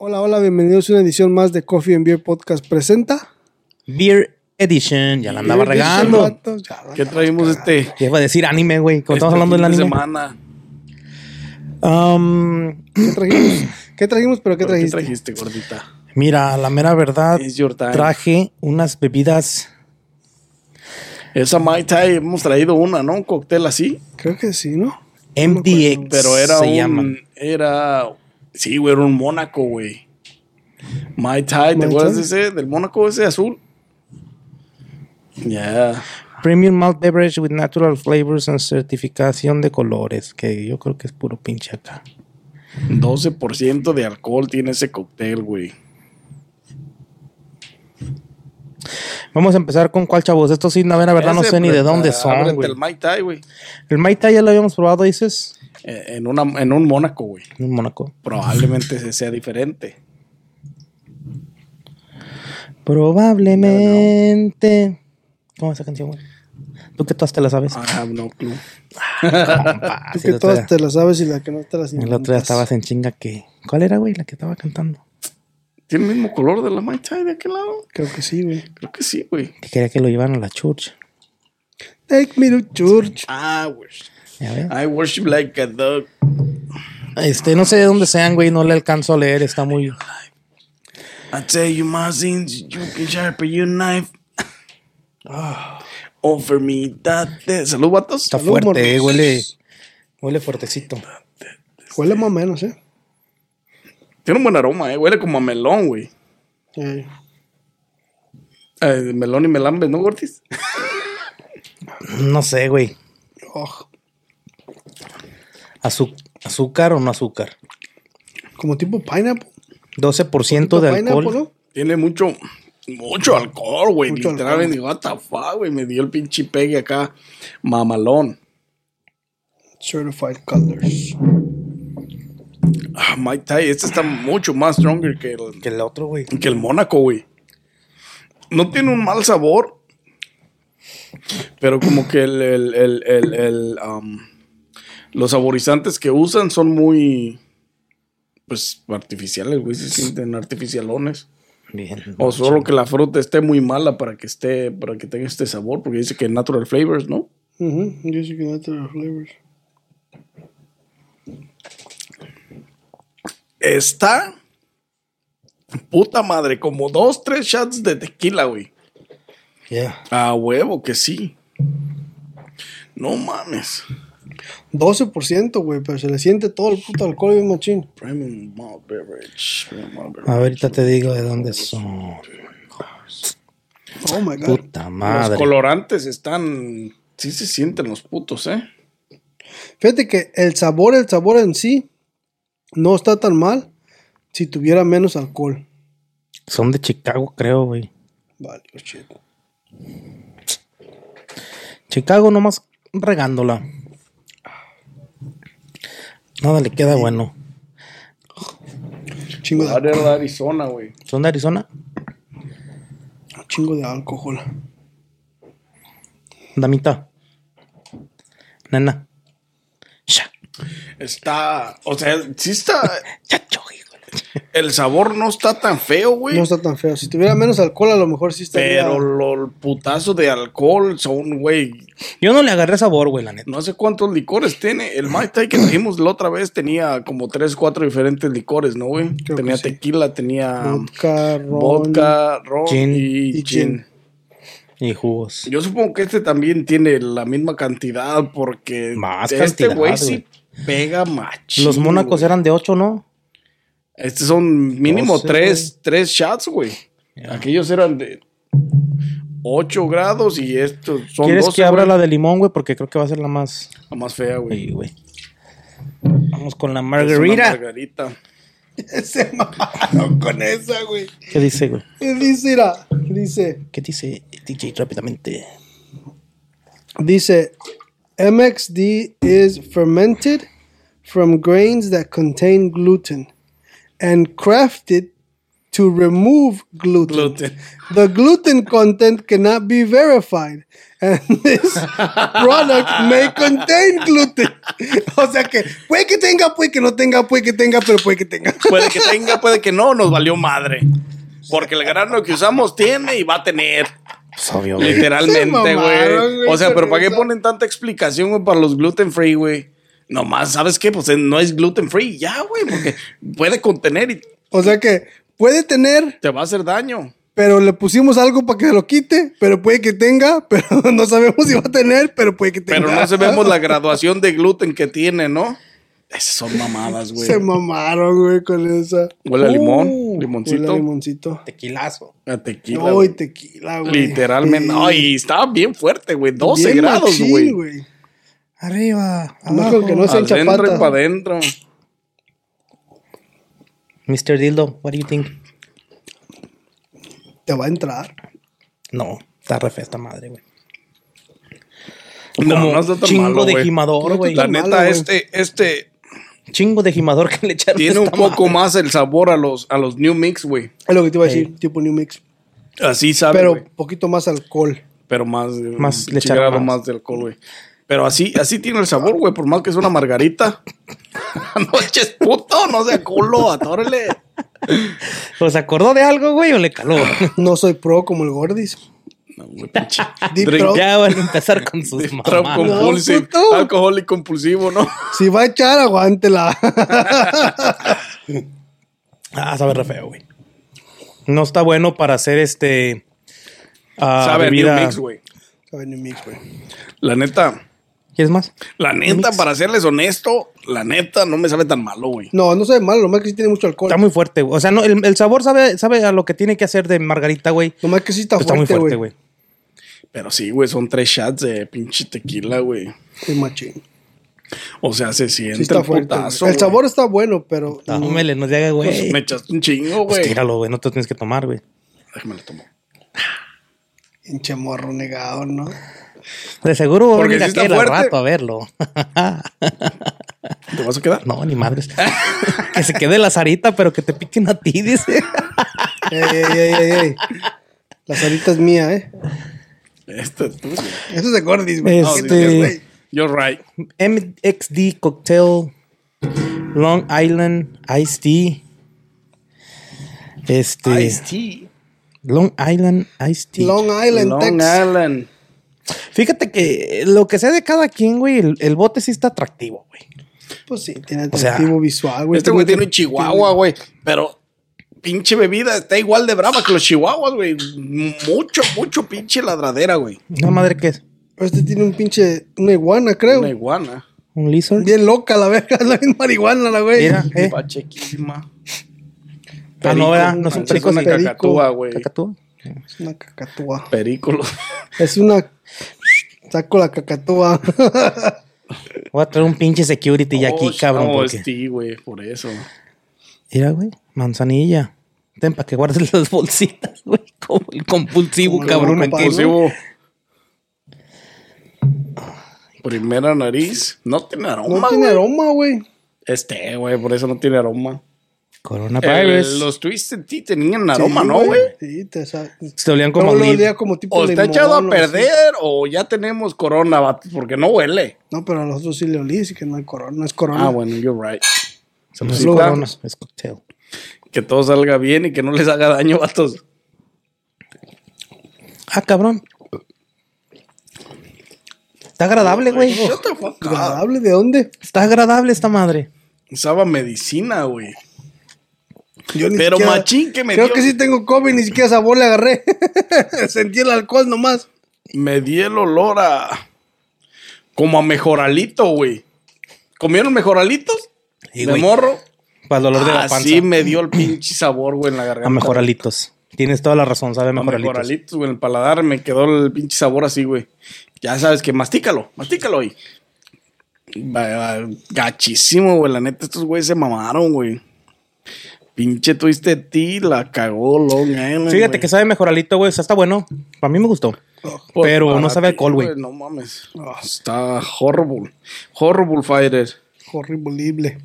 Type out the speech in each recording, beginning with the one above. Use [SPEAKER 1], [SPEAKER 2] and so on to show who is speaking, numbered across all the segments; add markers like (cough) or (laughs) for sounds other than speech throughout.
[SPEAKER 1] Hola, hola, bienvenidos a una edición más de Coffee and Beer Podcast presenta.
[SPEAKER 2] Beer Edition. Ya la andaba regando.
[SPEAKER 3] ¿Qué traímos este?
[SPEAKER 2] Te iba a decir anime, güey. Cuando estamos
[SPEAKER 3] este
[SPEAKER 2] hablando del
[SPEAKER 3] fin de
[SPEAKER 2] anime.
[SPEAKER 3] semana.
[SPEAKER 2] Um,
[SPEAKER 1] ¿Qué trajimos? ¿Qué trajimos? ¿Pero qué
[SPEAKER 3] ¿Pero ¿Qué
[SPEAKER 1] trajiste?
[SPEAKER 3] trajiste, gordita?
[SPEAKER 2] mira, la mera verdad,
[SPEAKER 3] It's your time.
[SPEAKER 2] traje unas bebidas.
[SPEAKER 3] Esa Mai Tai hemos traído una, ¿no? Un cóctel así.
[SPEAKER 1] Creo que sí, ¿no?
[SPEAKER 2] MDX.
[SPEAKER 3] Pero era
[SPEAKER 2] se
[SPEAKER 3] un.
[SPEAKER 2] llaman.
[SPEAKER 3] Era. Sí, güey, era un Mónaco, güey. Mai Tai,
[SPEAKER 1] Mai
[SPEAKER 3] ¿te acuerdas
[SPEAKER 1] Tai?
[SPEAKER 3] de ese? Del Mónaco ese azul. Ya.
[SPEAKER 2] Premium Malt Beverage with Natural Flavors and Certificación de Colores. Que yo creo que es puro pinche acá.
[SPEAKER 3] 12% de alcohol tiene ese cóctel, güey.
[SPEAKER 2] Vamos a empezar con cuál, chavos. Estos sí, la mera verdad, no
[SPEAKER 3] Ese,
[SPEAKER 2] sé ni
[SPEAKER 3] pero,
[SPEAKER 2] de dónde
[SPEAKER 3] ah,
[SPEAKER 2] son,
[SPEAKER 3] ábrete
[SPEAKER 2] güey.
[SPEAKER 3] el Mai Tai, güey.
[SPEAKER 2] El Mai Tai ya lo habíamos probado, dices.
[SPEAKER 3] Eh, En, una, en un Mónaco, güey.
[SPEAKER 2] En Mónaco.
[SPEAKER 3] Probablemente ese sea diferente.
[SPEAKER 2] Probablemente. ¿Cómo es esa canción, güey? Tú que todas te la sabes.
[SPEAKER 3] I have no clue.
[SPEAKER 2] Compa,
[SPEAKER 1] Tú
[SPEAKER 2] si
[SPEAKER 1] que
[SPEAKER 2] Ah, el otro
[SPEAKER 1] todas
[SPEAKER 2] día- Pues,
[SPEAKER 1] te las sabes y la que no te las
[SPEAKER 2] El otro día
[SPEAKER 1] inventas.
[SPEAKER 2] estabas en chinga que. ¿Cuál era, güey? La que estaba cantando.
[SPEAKER 3] ¿Tiene el mismo color de la Mai Tai de aquel lado?
[SPEAKER 1] Creo que sí, güey.
[SPEAKER 3] Creo que sí, güey.
[SPEAKER 2] Que quería que lo llevaran a la church.
[SPEAKER 1] Take me to church.
[SPEAKER 3] Ah, güey.
[SPEAKER 2] Ya ves.
[SPEAKER 3] I worship like a dog.
[SPEAKER 2] Ah, Este, no sé de dónde sean, güey. No le alcanzo a leer. Está muy.
[SPEAKER 3] I tell you my sins, you can sharpen your knife. Offer me that. that. Ah. Salud, vatos.
[SPEAKER 2] Está
[SPEAKER 1] Salud,
[SPEAKER 2] fuerte,
[SPEAKER 1] morros.
[SPEAKER 2] eh, Huele. Huele fuertecito.
[SPEAKER 1] Huele más o menos, ¿eh?
[SPEAKER 3] Tiene un buen aroma, eh. Huele como a melón, güey.
[SPEAKER 1] Eh,
[SPEAKER 3] Eh, melón y melambes, ¿no, Gortis?
[SPEAKER 2] No sé, güey.
[SPEAKER 1] oh,
[SPEAKER 2] Azu- ¿Azúcar o no azúcar?
[SPEAKER 1] como tipo pineapple.
[SPEAKER 2] 12% de
[SPEAKER 1] Pineapple,
[SPEAKER 2] alcohol.
[SPEAKER 1] ¿no?
[SPEAKER 3] Tiene mucho, mucho alcohol, güey.
[SPEAKER 1] Mucho
[SPEAKER 3] Literal,
[SPEAKER 1] alcohol.
[SPEAKER 3] me digo, what the fuck, güey. Me dio el pinche pegue acá. Mamalón.
[SPEAKER 1] Certified colors.
[SPEAKER 3] Ah, my tie. Este está mucho más stronger que el,
[SPEAKER 2] Que el otro, güey.
[SPEAKER 3] que el Mónaco, güey. No tiene un mal sabor. Pero como que el, el- el- el- el, um, los saborizantes que usan son muy pues artificiales, güey, se sienten artificialones.
[SPEAKER 2] Bien.
[SPEAKER 3] O solo que la fruta esté muy mala para que esté, para que tenga este sabor, porque dice que natural flavors, ¿no?
[SPEAKER 1] Ujú, Yo sí que no te los flavors.
[SPEAKER 3] Está puta madre, como dos, tres shots de tequila, güey.
[SPEAKER 2] Yeah.
[SPEAKER 3] A huevo que sí. No mames.
[SPEAKER 1] 12%, güey, pero se le siente todo el puto alcohol bien machín.
[SPEAKER 3] Premium malt beverage. Premium malt beverage.
[SPEAKER 2] Ahorita te digo de dónde son.
[SPEAKER 1] Oh my god.
[SPEAKER 2] Puta
[SPEAKER 3] Los
[SPEAKER 2] madre.
[SPEAKER 3] colorantes están. Sí se sienten los putos, ¿eh?
[SPEAKER 1] Fíjate que el sabor, el sabor en sí, no está tan mal si tuviera menos alcohol.
[SPEAKER 2] Son de Chicago, creo, güey.
[SPEAKER 1] Vale, pues chido.
[SPEAKER 2] Chicago nomás regándola. Nada le queda bueno.
[SPEAKER 1] Chingo de, al-
[SPEAKER 3] Lauderdale, Arizona, güey.
[SPEAKER 2] ¿Son de Arizona?
[SPEAKER 1] chingo de alcohol.
[SPEAKER 2] Damita. Nena. Ya.
[SPEAKER 3] Está. O sea, sí está.
[SPEAKER 2] Ya, yo, hijo de la-
[SPEAKER 3] El sabor no está tan feo, güey.
[SPEAKER 1] No está tan feo. Si tuviera menos alcohol, a lo mejor sí estaría.
[SPEAKER 3] pero lo- el putazo de alcohol son, güey.
[SPEAKER 2] Yo no le agarré sabor, güey, la neta.
[SPEAKER 3] No sé cuántos licores tiene. El Mai Tai que trajimos la otra vez tenía como tres, cuatro diferentes licores, ¿no, güey?
[SPEAKER 1] Creo que
[SPEAKER 3] Tenía
[SPEAKER 1] sí.
[SPEAKER 3] tequila, tenía.
[SPEAKER 1] Vodka, ron. (laughs)
[SPEAKER 3] Vodka, ron
[SPEAKER 2] Gin.
[SPEAKER 3] y,
[SPEAKER 1] Y
[SPEAKER 3] gin.
[SPEAKER 2] Y jugos.
[SPEAKER 3] Yo supongo que este también tiene la misma cantidad porque
[SPEAKER 2] Más
[SPEAKER 3] este
[SPEAKER 2] cantidad,
[SPEAKER 3] güey
[SPEAKER 2] güey.
[SPEAKER 3] sí pega machín.
[SPEAKER 2] Los Mónacos
[SPEAKER 3] güey.
[SPEAKER 2] eran de 8, ¿no?
[SPEAKER 3] Estos son mínimo
[SPEAKER 2] Doce,
[SPEAKER 3] tres, tres shots, güey. Aquellos eran de 8 grados y estos son
[SPEAKER 2] ¿Quieres
[SPEAKER 3] 12,
[SPEAKER 2] que abra
[SPEAKER 3] güey.
[SPEAKER 2] la de limón, güey? Porque creo que va a ser la más.
[SPEAKER 3] La más fea, güey.
[SPEAKER 2] Güey, güey. Vamos con la
[SPEAKER 3] Es una
[SPEAKER 2] margarita.
[SPEAKER 3] margarita.
[SPEAKER 1] Se mamaron con esa, güey.
[SPEAKER 2] ¿Qué dice, güey?
[SPEAKER 1] Y Dice, mira, dice,
[SPEAKER 2] ¿Qué dice DJ rápidamente?
[SPEAKER 1] dice, MXD is fermented from grains that contain gluten and crafted to remove gluten.
[SPEAKER 3] Gluten.
[SPEAKER 1] The gluten content cannot be verified and (laughs) this product may contain gluten. (laughs) O sea que puede que tenga, puede que no tenga, puede que tenga, pero puede que tenga.
[SPEAKER 3] Puede que tenga, puede que no, nos valió madre. Porque el grano que usamos tiene y va a tener.
[SPEAKER 2] Pues obvio, güey.
[SPEAKER 3] Literalmente,
[SPEAKER 1] Se mamaron,
[SPEAKER 3] güey.
[SPEAKER 1] güey,
[SPEAKER 3] O sea,
[SPEAKER 1] con
[SPEAKER 3] pero ¿para qué
[SPEAKER 1] esa.
[SPEAKER 3] ponen tanta explicación, güey, para los gluten free, güey? Nomás, ¿sabes qué? Pues eh, no es gluten free, ya, güey, porque puede contener y
[SPEAKER 1] O sea que puede tener,
[SPEAKER 3] te va a hacer daño.
[SPEAKER 1] pero le pusimos algo para que lo quite, pero puede que tenga, (laughs) pero no sabemos si va a tener, pero puede que tenga.
[SPEAKER 3] Pero no sabemos la graduación de gluten que tiene, ¿no? Esas son mamadas, güey.
[SPEAKER 1] Se mamaron, güey, con esa.
[SPEAKER 3] Huele a limón,
[SPEAKER 1] Uh,
[SPEAKER 3] limoncito.
[SPEAKER 1] huele a limoncito.
[SPEAKER 2] Tequilazo.
[SPEAKER 3] La tequila.
[SPEAKER 1] Ay,
[SPEAKER 3] güey.
[SPEAKER 1] tequila, güey.
[SPEAKER 3] Literalmente.
[SPEAKER 1] Sí.
[SPEAKER 3] Ay, estaba bien fuerte, güey. 12
[SPEAKER 1] Bien
[SPEAKER 3] grados,
[SPEAKER 1] machín,
[SPEAKER 3] güey.
[SPEAKER 2] Arriba,
[SPEAKER 1] Nomás
[SPEAKER 2] abajo.
[SPEAKER 1] con que no se hincha
[SPEAKER 3] Adentro y
[SPEAKER 1] pata.
[SPEAKER 3] para adentro.
[SPEAKER 2] Mr. Dildo, what do you think?
[SPEAKER 1] Te va a entrar.
[SPEAKER 2] No, está re fea esta madre, güey.
[SPEAKER 3] No, no está tan
[SPEAKER 2] chingo
[SPEAKER 3] malo,
[SPEAKER 2] de
[SPEAKER 3] güey.
[SPEAKER 2] gimador, güey.
[SPEAKER 3] La
[SPEAKER 1] tan
[SPEAKER 3] neta,
[SPEAKER 1] malo, güey.
[SPEAKER 3] este, este
[SPEAKER 2] Chingo de gimador que le echaron.
[SPEAKER 3] tiene
[SPEAKER 2] a
[SPEAKER 3] un
[SPEAKER 2] esta
[SPEAKER 3] poco
[SPEAKER 2] madre.
[SPEAKER 3] más el sabor a los, a los New Mix, güey.
[SPEAKER 1] Es lo que te iba a decir, tipo New Mix.
[SPEAKER 3] Así sabe,
[SPEAKER 1] Pero
[SPEAKER 3] güey.
[SPEAKER 1] poquito más alcohol.
[SPEAKER 3] Pero más,
[SPEAKER 2] Más
[SPEAKER 3] más
[SPEAKER 2] le echaron más.
[SPEAKER 3] más. de alcohol, güey. Pero así, así tiene el sabor, güey. Por más que es una margarita. (laughs) no eches puto, no sea culo, atórele.
[SPEAKER 2] ¿O se acordó de algo, güey, o le
[SPEAKER 3] (laughs)
[SPEAKER 2] caló?
[SPEAKER 1] No soy pro como el Gordis.
[SPEAKER 3] No, güey, pinche.
[SPEAKER 1] Deep
[SPEAKER 3] Drink-
[SPEAKER 1] throat.
[SPEAKER 2] ya van a empezar con sus
[SPEAKER 3] Trump
[SPEAKER 2] mamadas.
[SPEAKER 1] con-
[SPEAKER 3] compulsive,
[SPEAKER 1] puto.
[SPEAKER 3] alcohol y compulsivo, ¿no?
[SPEAKER 1] Si va a echar,
[SPEAKER 3] (laughs)
[SPEAKER 1] aguántela.
[SPEAKER 2] Ah, sabe re feo, güey. No está bueno para hacer este. ah,
[SPEAKER 3] Sabe a New
[SPEAKER 2] bebida.
[SPEAKER 3] Mix, güey.
[SPEAKER 1] Sabe New Mix, güey.
[SPEAKER 3] La neta,
[SPEAKER 2] ¿Quieres más?
[SPEAKER 3] la neta, para serles honesto, la neta no me sabe tan malo, güey.
[SPEAKER 1] No, no sabe mal, nomás que sí tiene mucho alcohol.
[SPEAKER 2] Está muy fuerte, güey. O sea, no, el, el sabor sabe, sabe a lo que tiene que hacer de margarita, güey.
[SPEAKER 1] Nomás que sí está,
[SPEAKER 2] Pero Está muy
[SPEAKER 1] fuerte,
[SPEAKER 2] fuerte,
[SPEAKER 1] güey.
[SPEAKER 2] güey.
[SPEAKER 3] Pero sí, güey, son tres shots de pinche tequila, güey.
[SPEAKER 1] Sí, machín.
[SPEAKER 3] O sea, se siente
[SPEAKER 1] Sí está
[SPEAKER 3] el
[SPEAKER 1] fuerte.
[SPEAKER 3] putazo,
[SPEAKER 1] güey. el
[SPEAKER 3] güey.
[SPEAKER 1] sabor está bueno, pero...
[SPEAKER 2] Dámele, no te haga, güey.
[SPEAKER 3] Pues, me echaste un chingo,
[SPEAKER 2] Pues
[SPEAKER 3] güey.
[SPEAKER 2] tíralo, güey. No te lo tienes que tomar, güey.
[SPEAKER 3] Déjame lo tomo.
[SPEAKER 1] Pinche morro negado, ¿no?
[SPEAKER 2] De seguro va a
[SPEAKER 3] Porque
[SPEAKER 2] venir
[SPEAKER 3] sí
[SPEAKER 2] aquí
[SPEAKER 3] está
[SPEAKER 2] al
[SPEAKER 3] fuerte.
[SPEAKER 2] rato a verlo. (laughs)
[SPEAKER 3] ¿Te vas a quedar?
[SPEAKER 2] No, ni
[SPEAKER 3] (laughs)
[SPEAKER 2] madres. que se quede la zarita, pero que te piquen a ti, dice.
[SPEAKER 1] Ey, ey, ey, ey, ey. La salita es mía, ¿eh?
[SPEAKER 3] Este es tuyo.
[SPEAKER 1] Eso es de Gordis, güey.
[SPEAKER 2] Este-
[SPEAKER 1] No, sí, sí, güey.
[SPEAKER 3] You're right.
[SPEAKER 2] MXD Cocktail, Long Island Iced Tea. Este.
[SPEAKER 3] Iced tea.
[SPEAKER 2] Long Island Iced Tea.
[SPEAKER 1] Long Island,
[SPEAKER 3] Long
[SPEAKER 1] Texas.
[SPEAKER 3] Island.
[SPEAKER 2] Fíjate que eh, lo que sea de cada quien, güey, el, el bote sí está atractivo, güey.
[SPEAKER 1] Pues sí, tiene
[SPEAKER 2] O sea,
[SPEAKER 1] atractivo visual, güey.
[SPEAKER 3] Este güey tiene un chihuahua, güey. Pero pinche bebida está igual de brava que los chihuahuas, güey. Mucho, mucho pinche ladradera, güey.
[SPEAKER 2] La madre que es.
[SPEAKER 1] Este tiene un pinche... Una iguana, creo.
[SPEAKER 3] Una iguana.
[SPEAKER 2] Un lizard.
[SPEAKER 1] Bien loca la verga. (laughs) Es la misma marihuana, la güey.
[SPEAKER 2] Mira, eh.
[SPEAKER 3] Pachequísima.
[SPEAKER 2] Ah, no, ¿verdad? No es un
[SPEAKER 3] Esa
[SPEAKER 2] perico,
[SPEAKER 3] es una
[SPEAKER 2] es un
[SPEAKER 3] cacatúa, güey.
[SPEAKER 2] cacatúa.
[SPEAKER 1] Es una cacatúa.
[SPEAKER 3] Perículo.
[SPEAKER 1] Es una... (laughs) Saco la
[SPEAKER 3] (laughs)
[SPEAKER 1] cacatúa.
[SPEAKER 2] Voy a traer un pinche security ya aquí,
[SPEAKER 3] Oh,
[SPEAKER 2] cabrón.
[SPEAKER 3] No,
[SPEAKER 2] porque-
[SPEAKER 3] es ti, güey, por eso.
[SPEAKER 2] Mira, güey, manzanilla. Ten para que guardes (laughs) las bolsitas, güey. Como el compulsivo,
[SPEAKER 1] Como el
[SPEAKER 2] cabrón.
[SPEAKER 1] loco,
[SPEAKER 2] aquí,
[SPEAKER 1] padre.
[SPEAKER 2] güey.
[SPEAKER 3] Inclusivo. Primera nariz. No tiene aroma,
[SPEAKER 1] No tiene
[SPEAKER 3] güey.
[SPEAKER 1] aroma, güey.
[SPEAKER 3] Este, güey, por eso no tiene aroma.
[SPEAKER 2] Coronavirus.
[SPEAKER 3] El- los Twisted Tea tenían aroma,
[SPEAKER 1] Sí,
[SPEAKER 3] ¿no, güey?
[SPEAKER 1] Sí, te sabe.
[SPEAKER 2] Se olían como
[SPEAKER 1] Como
[SPEAKER 2] a
[SPEAKER 1] lo
[SPEAKER 2] weed.
[SPEAKER 1] olía como tipo
[SPEAKER 3] O está
[SPEAKER 1] limón,
[SPEAKER 3] echado a
[SPEAKER 1] o
[SPEAKER 3] perder,
[SPEAKER 1] así.
[SPEAKER 3] o ya tenemos corona, vato, porque no huele.
[SPEAKER 1] No, pero a los otros sí le olí, así que no hay corona, no es corona.
[SPEAKER 3] Ah, bueno, you're right.
[SPEAKER 2] No es
[SPEAKER 3] Sí, claro.
[SPEAKER 2] corona, es cocktail.
[SPEAKER 3] Que todo salga bien y que no les haga daño, vatos.
[SPEAKER 2] Ah, cabrón. Está agradable, güey.
[SPEAKER 3] Shut the fuck up.
[SPEAKER 1] Agradable, ¿de dónde?
[SPEAKER 2] Está agradable esta madre.
[SPEAKER 3] Usaba medicina, güey.
[SPEAKER 1] Yo ni
[SPEAKER 3] Pero machín que me
[SPEAKER 1] Creo
[SPEAKER 3] dio.
[SPEAKER 1] que sí tengo COVID, ni siquiera sabor le agarré. (laughs) Sentí el alcohol nomás.
[SPEAKER 3] Me di el olor a. Como a mejoralito, güey. ¿Comieron mejoralitos?
[SPEAKER 2] Sí,
[SPEAKER 3] de
[SPEAKER 2] güey.
[SPEAKER 3] morro.
[SPEAKER 2] Para el dolor de la panza.
[SPEAKER 3] Así me dio el pinche sabor, güey, en la garganta.
[SPEAKER 2] A mejoralitos. Tienes toda la razón, sabe a
[SPEAKER 3] A
[SPEAKER 2] mejoralitos.
[SPEAKER 3] mejoralitos, güey, en el paladar me quedó el pinche sabor así, güey. Ya sabes que mastícalo, mastícalo y va- va- Gachísimo, güey, la neta, estos güeyes se mamaron, güey. Pinche tuviste ti, la cagó Long Island.
[SPEAKER 2] Fíjate que sabe mejoralito, güey. o sea, Está bueno. Para mí me gustó. pero no sabe a col,
[SPEAKER 3] col,
[SPEAKER 2] Pues, ah, güey.
[SPEAKER 3] No mames. Ah, está horrible. Horrible fighter.
[SPEAKER 1] Horrible.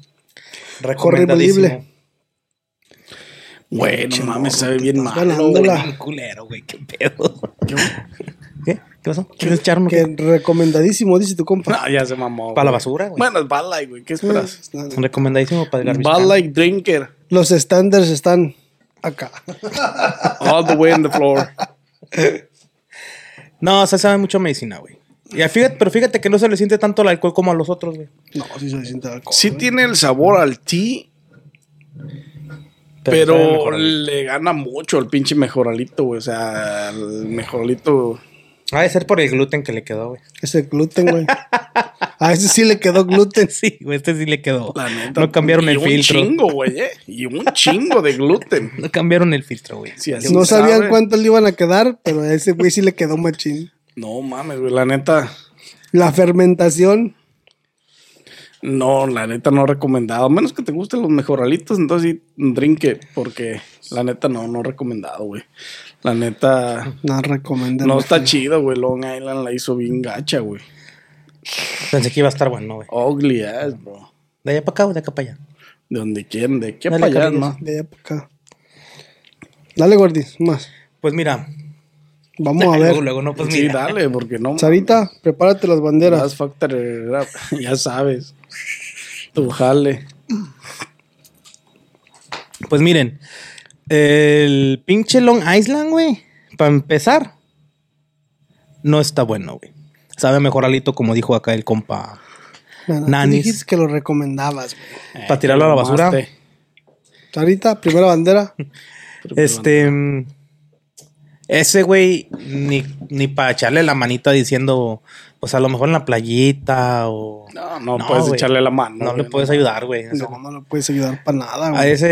[SPEAKER 2] Recomendadísimo.
[SPEAKER 3] Güey, no mames, sabe bien
[SPEAKER 1] estás
[SPEAKER 3] mal.
[SPEAKER 1] ganando la-
[SPEAKER 2] Bien culero, güey. Qué pedo. ¿Qué? ¿Qué pasó? ¿Quieres echar uno?
[SPEAKER 1] Que recomendadísimo, dice tu compa.
[SPEAKER 3] (laughs) Ah, ya se mamó.
[SPEAKER 2] Para la
[SPEAKER 3] güey.
[SPEAKER 2] basura, güey.
[SPEAKER 3] Bueno, es Bad Light, güey. ¿Qué esperas?
[SPEAKER 2] Recomendadísimo para el garbage
[SPEAKER 3] Bad
[SPEAKER 2] can.
[SPEAKER 3] Light Drinker.
[SPEAKER 1] Los estándares están acá.
[SPEAKER 3] All the way on the floor.
[SPEAKER 2] No, o sea, sabe mucho a medicina, güey. Y a- fíjate, pero fíjate que no se le siente tanto el alcohol como a los otros, güey.
[SPEAKER 1] (laughs) No, sí se siente alcohol.
[SPEAKER 3] Sí tiene el sabor al ti,
[SPEAKER 2] sabe
[SPEAKER 3] pero
[SPEAKER 2] mejor, güey.
[SPEAKER 3] le gana mucho al pinche mejoralito, güey. O sea, el mejoralito.
[SPEAKER 2] Ha de ser por el gluten que le quedó, güey. (laughs)
[SPEAKER 1] Ese gluten, güey. A ese (laughs) sí le quedó gluten.
[SPEAKER 2] Sí, güey, este sí le quedó.
[SPEAKER 3] La neta.
[SPEAKER 2] No cambiaron
[SPEAKER 3] Y
[SPEAKER 2] el
[SPEAKER 3] un
[SPEAKER 2] filtro.
[SPEAKER 3] chingo, güey, eh. Y un chingo de gluten.
[SPEAKER 2] No cambiaron el filtro, güey.
[SPEAKER 3] Sí, así
[SPEAKER 1] No
[SPEAKER 3] se
[SPEAKER 1] sabían
[SPEAKER 3] sabe.
[SPEAKER 1] cuánto le iban a quedar, pero a ese güey sí le quedó machín.
[SPEAKER 3] No mames, güey. La neta.
[SPEAKER 1] La fermentación.
[SPEAKER 3] No, la neta no recomendado. A menos que te gusten los mejoralitos, entonces sí, drinque, porque la neta no, no recomendado, güey. La neta
[SPEAKER 1] No recomiendo.
[SPEAKER 3] no está chido, güey. Long Island la hizo bien gacha, güey.
[SPEAKER 2] Pensé que iba a estar bueno, güey.
[SPEAKER 3] Ugly ass, bro.
[SPEAKER 2] De allá para acá o de acá para allá.
[SPEAKER 3] De donde quieren, de qué
[SPEAKER 2] Dale,
[SPEAKER 3] para allá,
[SPEAKER 2] cariño.
[SPEAKER 3] ¿no?
[SPEAKER 1] De allá para acá. Dale, gordis, más.
[SPEAKER 2] Pues mira.
[SPEAKER 1] Vamos a
[SPEAKER 2] Luego,
[SPEAKER 1] ver.
[SPEAKER 2] luego, no, pues
[SPEAKER 3] sí,
[SPEAKER 2] mira.
[SPEAKER 3] dale, porque no.
[SPEAKER 1] Sarita, prepárate las banderas.
[SPEAKER 3] Last Factor era- (laughs) ya sabes. Tu jale.
[SPEAKER 2] Pues miren. El pinche Long Island, güey. Para empezar. No está bueno, güey. Sabe mejor alito, como dijo acá el compa.
[SPEAKER 1] Bueno, tú
[SPEAKER 2] Nanis.
[SPEAKER 1] Dijiste que lo recomendabas, güey.
[SPEAKER 2] Para tirarlo a la basura.
[SPEAKER 3] Mamaste.
[SPEAKER 1] Sarita, primera bandera.
[SPEAKER 2] Este. mm, Ese güey, ni, ni para echarle la manita diciendo, pues a lo mejor en la playita o.
[SPEAKER 3] No, no puedes echarle la mano,
[SPEAKER 2] No le
[SPEAKER 3] güey.
[SPEAKER 2] puedes ayudar, güey. O sea,
[SPEAKER 1] No, no lo puedes ayudar para nada,
[SPEAKER 2] A
[SPEAKER 1] güey.
[SPEAKER 2] ese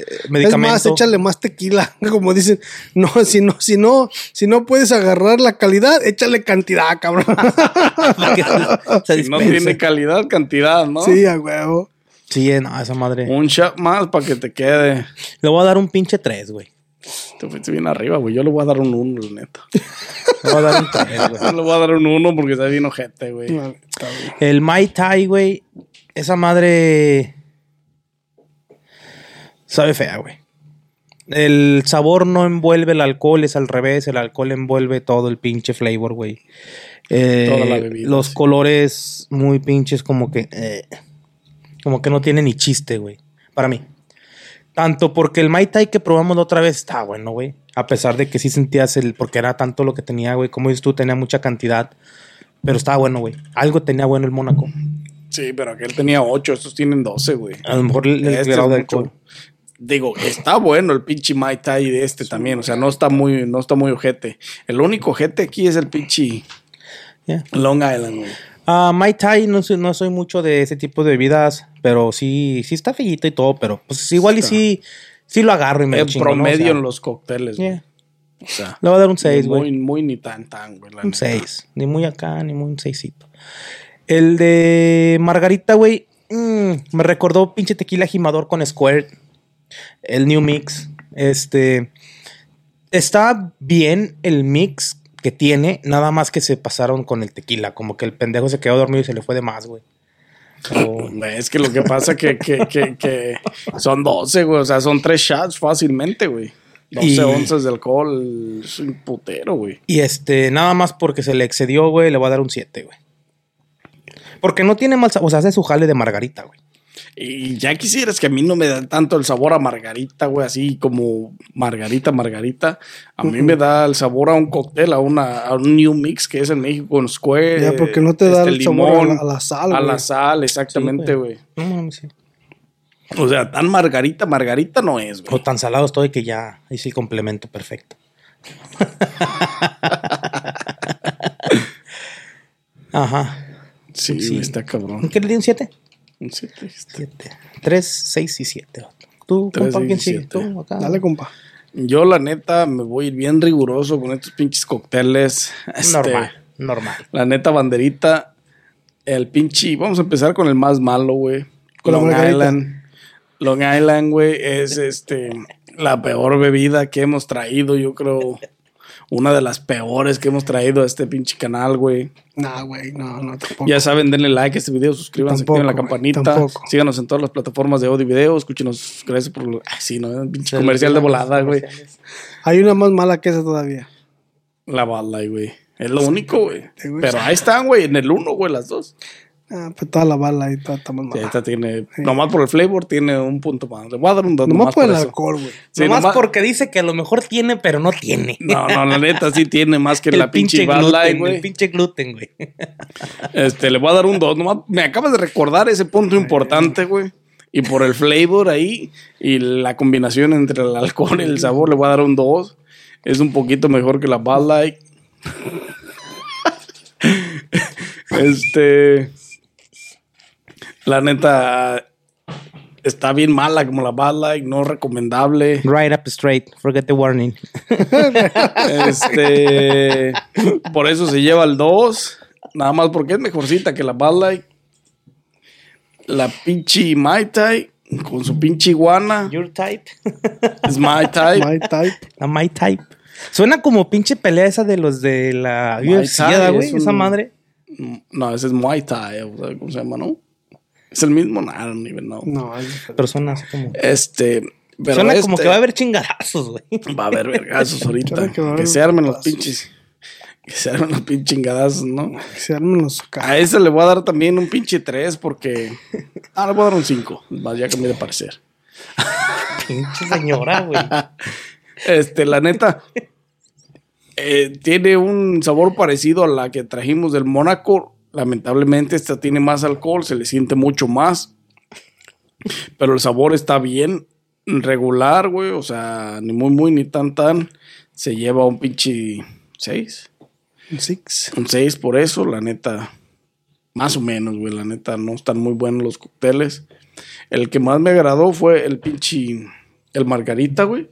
[SPEAKER 2] eh,
[SPEAKER 1] Es
[SPEAKER 2] medicamento.
[SPEAKER 1] más, échale más tequila, (laughs) como dicen. No, si no, si no, si no puedes agarrar la calidad, échale cantidad, cabrón.
[SPEAKER 2] para (laughs) que (laughs) se
[SPEAKER 3] (laughs) Si no
[SPEAKER 2] dispense.
[SPEAKER 3] tiene calidad, cantidad, ¿no?
[SPEAKER 1] Sí, a huevo.
[SPEAKER 2] Sí, eh, no, esa madre.
[SPEAKER 3] Un shot más para que te quede.
[SPEAKER 2] Le voy a dar un pinche 3, güey.
[SPEAKER 3] Te fuiste bien arriba, güey. Yo le voy a dar un 1, la neta.
[SPEAKER 2] Le voy a dar un 3, güey.
[SPEAKER 3] Yo (laughs) le voy a dar un 1 porque está bien ojete, güey.
[SPEAKER 1] Vale, está bien.
[SPEAKER 2] El Mai Tai, güey. Esa madre. Sabe fea, güey. El sabor no envuelve el alcohol, es al revés. El alcohol envuelve todo el pinche flavor, güey. Eh,
[SPEAKER 3] Toda la bebida,
[SPEAKER 2] los
[SPEAKER 3] sí.
[SPEAKER 2] colores muy pinches, como que. eh, como que no tiene ni chiste, güey. Para mí. Tanto porque el Mai Tai que probamos la otra vez está bueno, güey. A pesar de que sí sentías el. Porque era tanto lo que tenía, güey. Como dices tú, tenía mucha cantidad. Pero estaba bueno, güey. Algo tenía bueno el Mónaco.
[SPEAKER 3] Sí, pero aquel tenía 8, estos tienen 12, güey.
[SPEAKER 2] A lo mejor el, el
[SPEAKER 3] Este
[SPEAKER 2] grado
[SPEAKER 3] es
[SPEAKER 2] de
[SPEAKER 3] mucho.
[SPEAKER 2] alcohol.
[SPEAKER 3] Digo, está bueno el pinche Mai Tai de este también. O sea, no está muy, no está muy ojete. El único ojete aquí es el pinche
[SPEAKER 2] Yeah.
[SPEAKER 3] Long Island, güey.
[SPEAKER 2] Ah, Mai Tai, no soy, no soy mucho de ese tipo de bebidas, pero sí, sí está feíto y todo, pero pues igual y sí, sí lo agarro y me lo
[SPEAKER 3] En
[SPEAKER 2] chingo, ¿no? O
[SPEAKER 3] promedio
[SPEAKER 2] sea,
[SPEAKER 3] en los cócteles, güey.
[SPEAKER 2] yeah.
[SPEAKER 3] O sea,
[SPEAKER 2] Le voy a dar un 6,
[SPEAKER 3] ni
[SPEAKER 2] güey.
[SPEAKER 3] Muy, muy ni tan tan, güey. la
[SPEAKER 2] Un
[SPEAKER 3] neta.
[SPEAKER 2] 6. Ni muy acá, ni muy un 6. El de Margarita, güey, mm, me recordó pinche tequila jimador con Squirt. El New Mix. Este. Está bien el mix que tiene, nada más que se pasaron con el tequila. Como que el pendejo se quedó dormido y se le fue de más, güey. Pero-
[SPEAKER 3] Es que lo que pasa que, que, que, que son 12, güey. O sea, son 3 shots fácilmente, güey. 12
[SPEAKER 2] Y-
[SPEAKER 3] onzas de alcohol. Es un putero, güey.
[SPEAKER 2] Y este, nada más porque se le excedió, güey, le voy a dar un 7, güey. Porque no tiene mal sabor, o sea, hace su jale de margarita, güey.
[SPEAKER 3] Y ya quisieras que a mí no me da tanto el sabor a margarita, güey, así como margarita, margarita. A mí me da el sabor a un cóctel, a, una, a un new mix que es en México con Square. este,
[SPEAKER 1] Ya, porque no te da el sabor a la- a la sal,
[SPEAKER 3] A
[SPEAKER 1] güey.
[SPEAKER 3] la sal, exactamente,
[SPEAKER 2] Sí,
[SPEAKER 3] güey.
[SPEAKER 2] No mames, sí.
[SPEAKER 3] O sea, tan margarita, margarita no es,
[SPEAKER 2] O
[SPEAKER 3] güey.
[SPEAKER 2] tan salado estoy que ya hice el complemento
[SPEAKER 3] (laughs)
[SPEAKER 2] perfecto. Ajá.
[SPEAKER 3] Sí,
[SPEAKER 2] sí.
[SPEAKER 3] güey, está cabrón.
[SPEAKER 2] ¿Qué le di un 7?
[SPEAKER 3] Sí, está-
[SPEAKER 2] 7. 3, 6 y 7. ¿Tú,
[SPEAKER 3] Tres,
[SPEAKER 2] compa,
[SPEAKER 3] seis,
[SPEAKER 2] quién sigue?
[SPEAKER 3] siete.
[SPEAKER 2] Tú, acá.
[SPEAKER 1] Dale, compa.
[SPEAKER 3] Yo, la neta, me voy a ir bien riguroso con estos pinches cócteles. Este,
[SPEAKER 2] Normal, normal.
[SPEAKER 3] La neta, banderita. El pinche. Vamos a empezar con el más malo, güey.
[SPEAKER 1] Con la
[SPEAKER 3] Long
[SPEAKER 1] margarita.
[SPEAKER 3] Island. Long Island, güey, es este la peor bebida que hemos traído, yo creo. Una de las peores que hemos traído a este pinche canal, güey.
[SPEAKER 1] Nah, güey, no, no, tampoco.
[SPEAKER 3] Ya saben, denle like a este video, suscríbanse,
[SPEAKER 1] Tampoco,
[SPEAKER 3] activen la
[SPEAKER 1] güey,
[SPEAKER 3] campanita.
[SPEAKER 1] tampoco.
[SPEAKER 3] Síganos en todas las plataformas de audio y video. Escúchenos, gracias por. Ah, sí, ¿no? Pinche comercial de
[SPEAKER 2] los
[SPEAKER 3] volada, güey.
[SPEAKER 2] comerciales.
[SPEAKER 1] Hay una más mala que esa todavía.
[SPEAKER 3] La bala, güey. Es lo único, güey.
[SPEAKER 1] güey.
[SPEAKER 3] Pero ahí están, güey, en el uno, güey, las dos.
[SPEAKER 1] Ah, pues toda la bala y toda está más
[SPEAKER 3] Sí,
[SPEAKER 1] mala.
[SPEAKER 3] esta tiene. Nomás por el flavor tiene un punto más. Le voy a dar un dato.
[SPEAKER 1] Nomás por el
[SPEAKER 3] eso.
[SPEAKER 1] alcohol, güey.
[SPEAKER 3] Sí,
[SPEAKER 2] nomás,
[SPEAKER 3] nomás-
[SPEAKER 2] porque dice que a lo mejor tiene, pero no tiene.
[SPEAKER 3] No, no, la neta sí tiene
[SPEAKER 1] (laughs)
[SPEAKER 3] más que
[SPEAKER 2] El
[SPEAKER 3] la pinche Bad
[SPEAKER 2] gluten,
[SPEAKER 3] Light,
[SPEAKER 2] el
[SPEAKER 3] güey.
[SPEAKER 2] pinche gluten,
[SPEAKER 3] (laughs)
[SPEAKER 2] güey.
[SPEAKER 3] Este, le voy a dar un 2. Nomás me acabas de recordar ese punto importante, güey. Y por el flavor ahí y la combinación entre el alcohol y el sabor, le voy a dar un 2. Es un poquito mejor que la Bad Light. este. La neta. Está bien mala como la Bad Light, no recomendable.
[SPEAKER 2] Right up straight, forget the warning.
[SPEAKER 3] Este. por eso se lleva el 2. Nada más porque es mejorcita que la Bad Light. La pinche Mai Tai con su pinche iguana.
[SPEAKER 2] Your (laughs) type.
[SPEAKER 3] Es Mai Tai.
[SPEAKER 1] My type.
[SPEAKER 2] La my type. Suena como pinche pelea esa de los de la
[SPEAKER 3] My
[SPEAKER 2] UFC,
[SPEAKER 3] type
[SPEAKER 2] ¿verdad,
[SPEAKER 3] es
[SPEAKER 2] güey.
[SPEAKER 3] un-
[SPEAKER 2] Esa madre.
[SPEAKER 3] No, ese es Muay Thai. o sea, ¿Cómo se llama, no? Es el mismo. Nah, I don't even know.
[SPEAKER 1] No, es diferente.
[SPEAKER 2] Pero suena así como.
[SPEAKER 3] Este. Pero
[SPEAKER 2] suena como
[SPEAKER 3] este-
[SPEAKER 2] que va a haber chingadazos, güey. (laughs)
[SPEAKER 3] Va a haber vergazos ahorita.
[SPEAKER 1] Claro que va a
[SPEAKER 3] que
[SPEAKER 1] haber
[SPEAKER 3] se armen los
[SPEAKER 1] vergazos.
[SPEAKER 3] pinches. Que se armen los pinches chingadazos, ¿no?
[SPEAKER 1] Que se armen los
[SPEAKER 3] A
[SPEAKER 1] caras.
[SPEAKER 3] ese le voy a dar también un pinche 3 porque. Ah, le voy a dar un 5. Ya cambié de parecer.
[SPEAKER 2] pinche señora, güey.
[SPEAKER 3] Este, la neta. eh, tiene un sabor parecido a la que trajimos del Mónaco. Lamentablemente, esta tiene más alcohol, se le siente mucho más. Pero el sabor está bien regular, güey. O sea, ni muy, muy, ni tan, tan. Se lleva un pinche 6.
[SPEAKER 1] Six.
[SPEAKER 3] Un 6 por eso, la neta. Más o menos, güey. La neta, no están muy buenos los cócteles. El que más me agradó fue el pinche. El margarita, güey.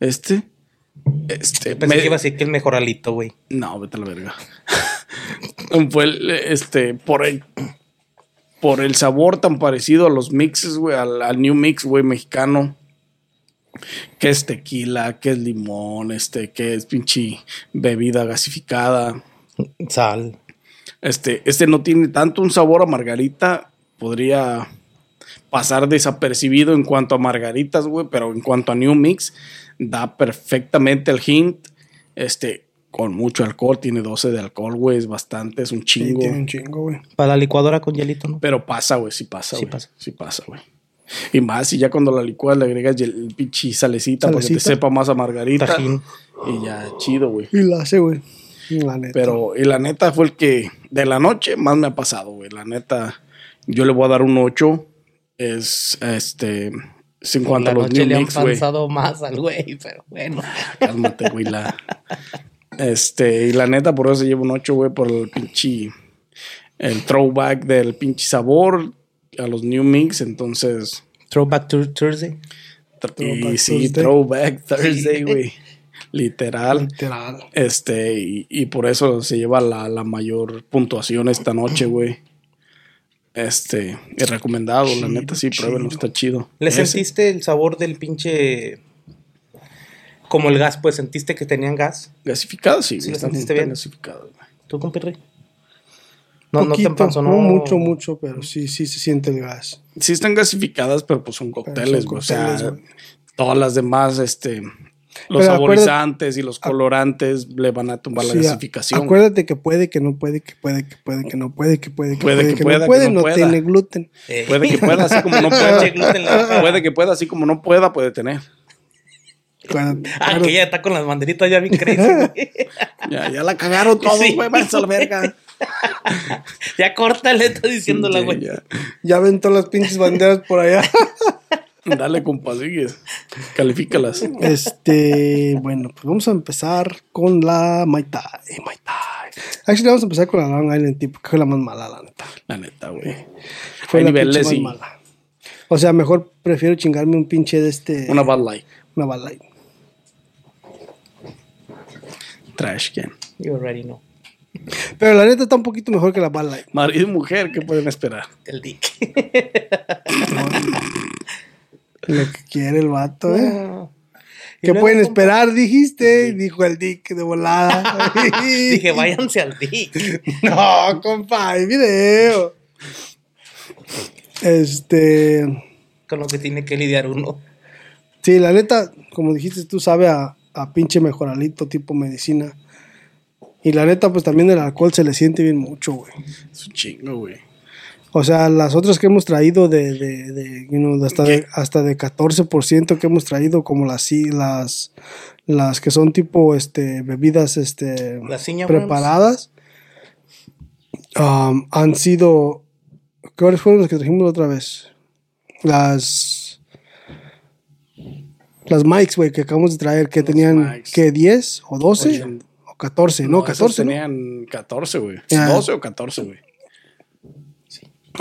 [SPEAKER 3] Este. Este.
[SPEAKER 2] Pensé
[SPEAKER 3] me-
[SPEAKER 2] que iba a decir que el mejor alito, güey.
[SPEAKER 3] No, vete a la verga. (laughs) fue el, este. Por el. Por el sabor tan parecido a los mixes, güey. Al, al new mix, güey, mexicano. Que es tequila, que es limón, este, que es pinche bebida gasificada.
[SPEAKER 2] Sal.
[SPEAKER 3] Este, este no tiene tanto un sabor a margarita. Podría pasar desapercibido en cuanto a margaritas, güey. Pero en cuanto a New Mix, da perfectamente el hint. Este, con mucho alcohol, tiene 12 de alcohol, güey. Es bastante, es un
[SPEAKER 1] Sí,
[SPEAKER 3] chingo.
[SPEAKER 1] tiene un chingo, güey.
[SPEAKER 2] Para la licuadora con hielito, ¿no?
[SPEAKER 3] Pero pasa, güey, sí pasa,
[SPEAKER 2] Sí
[SPEAKER 3] güey.
[SPEAKER 2] pasa.
[SPEAKER 3] Sí pasa, güey. Y más, si ya cuando la licuas le agregas el, el pinche salecita, para que te
[SPEAKER 1] Salecita.
[SPEAKER 3] sepa más a margarita.
[SPEAKER 2] Tajín.
[SPEAKER 3] Y ya, chido, güey.
[SPEAKER 1] Y la hace, güey. La neta.
[SPEAKER 3] Pero, y la neta fue el que de la noche más me ha pasado, güey. La neta, yo le voy a dar un 8. Es este. Es en cuanto
[SPEAKER 2] la
[SPEAKER 3] a los
[SPEAKER 2] noche
[SPEAKER 3] New
[SPEAKER 2] le han
[SPEAKER 3] Mix, güey.
[SPEAKER 2] pasado más al güey, pero bueno.
[SPEAKER 3] Cálmate, güey. La, este, y la neta, por eso se lleva un 8, güey, por el pinche. El throwback del pinche sabor a los New Mix. Entonces.
[SPEAKER 2] Throwback Thur- Thursday.
[SPEAKER 3] tr- y
[SPEAKER 1] Throwback
[SPEAKER 3] sí,
[SPEAKER 1] Thursday.
[SPEAKER 3] throwback Thursday, güey. Literal.
[SPEAKER 1] Literal.
[SPEAKER 3] Este, y, y por eso se lleva la, la mayor puntuación esta noche, güey. Este, es recomendado, la neta, sí, pruébenlo, está chido.
[SPEAKER 2] ¿Le
[SPEAKER 3] Ese-
[SPEAKER 2] sentiste el sabor del pinche. Como el gas, pues sentiste que tenían gas?
[SPEAKER 3] Gasificado, sí,
[SPEAKER 2] Sí,
[SPEAKER 3] güey,
[SPEAKER 2] lo
[SPEAKER 3] está
[SPEAKER 2] sentiste
[SPEAKER 3] está
[SPEAKER 2] bien.
[SPEAKER 3] gasificado, güey.
[SPEAKER 2] ¿Tú, compirre? No, no te
[SPEAKER 1] Poquito,
[SPEAKER 2] empanzó,
[SPEAKER 1] no mucho, mucho, pero sí, sí se siente el gas.
[SPEAKER 3] Sí están gasificadas, pero pues son cócteles, güey. O sea,
[SPEAKER 1] cócteles, güey.
[SPEAKER 3] todas las demás, este, los
[SPEAKER 1] acuérdate-
[SPEAKER 3] saborizantes y los colorantes le van a tumbar
[SPEAKER 1] Sí,
[SPEAKER 3] la
[SPEAKER 1] a-
[SPEAKER 3] gasificación. güey.
[SPEAKER 1] Acuérdate que puede, que no puede, que puede, que puede, que no puede, que puede, que
[SPEAKER 3] Puede
[SPEAKER 1] puede,
[SPEAKER 3] que
[SPEAKER 1] que
[SPEAKER 3] pueda, que
[SPEAKER 1] no puede,
[SPEAKER 3] no
[SPEAKER 1] no
[SPEAKER 3] pueda.
[SPEAKER 1] tiene gluten.
[SPEAKER 2] Eh.
[SPEAKER 3] Puede que pueda, así como
[SPEAKER 2] (laughs)
[SPEAKER 3] no pueda.
[SPEAKER 2] Pinche gluten en la boca.
[SPEAKER 3] Puede que pueda, así como no pueda, puede tener. (laughs)
[SPEAKER 1] Acuérdate,
[SPEAKER 2] Ah, que
[SPEAKER 1] acuérdate.
[SPEAKER 2] ya está con las banderitas ya bien crazy, güey.
[SPEAKER 3] Ya, ya la cagaron todos,
[SPEAKER 2] Sí.
[SPEAKER 3] güey, váyanse a la verga.
[SPEAKER 2] Ya córtale, está diciéndola,
[SPEAKER 3] Sí,
[SPEAKER 2] güey.
[SPEAKER 3] ya.
[SPEAKER 1] Ya aventó las pinches banderas por allá. (laughs)
[SPEAKER 3] Dale, compa, sigue. Califícalas.
[SPEAKER 1] Este, bueno, pues vamos a empezar con la Mai Tai. Mai Tai. Actually, vamos a empezar con la Long Island tipo, que fue la más mala, la neta.
[SPEAKER 3] La neta, güey.
[SPEAKER 1] Fue
[SPEAKER 3] Hay
[SPEAKER 1] la
[SPEAKER 3] niveles
[SPEAKER 1] pinche
[SPEAKER 3] y-
[SPEAKER 1] más mala. O sea, mejor prefiero chingarme un pinche de este.
[SPEAKER 3] Una Bad Light.
[SPEAKER 1] una Bud Light.
[SPEAKER 3] Trash can.
[SPEAKER 2] You already know.
[SPEAKER 1] Pero la neta está un poquito mejor que la Bad Light.
[SPEAKER 3] (laughs) Marido y mujer, ¿qué pueden esperar?
[SPEAKER 2] El dick.
[SPEAKER 1] Lo que quiere el vato, ¿eh?
[SPEAKER 2] Y
[SPEAKER 1] ¿Qué
[SPEAKER 2] luego,
[SPEAKER 1] pueden
[SPEAKER 2] compa,
[SPEAKER 1] esperar? Dijiste, dijo el Dick de (laughs) volada.
[SPEAKER 2] Dije, váyanse al Dick.
[SPEAKER 1] No, compa, hay video. Este.
[SPEAKER 2] Con lo que tiene que lidiar uno.
[SPEAKER 1] Sí, la neta, como dijiste, tú sabe a, a pinche mejoralito tipo medicina. Y la neta, pues también el alcohol se le siente bien mucho, güey.
[SPEAKER 3] Es un chingo, güey.
[SPEAKER 1] O sea, las otras que hemos traído de, de, de, you know, de hasta, de hasta de 14% que hemos traído, como las sí, las, las que son tipo este bebidas este
[SPEAKER 2] Las Ciña Worms.
[SPEAKER 1] preparadas, um, han sido ¿cuáles fueron las que trajimos la otra vez? Las las mics, güey, que acabamos de traer, que tenían
[SPEAKER 3] mics.
[SPEAKER 1] que 10 o 12
[SPEAKER 3] Ocho.
[SPEAKER 1] o 14, no, 14, ¿no?
[SPEAKER 3] Tenían 14, güey.
[SPEAKER 1] Ya.
[SPEAKER 3] 12 o 14, güey.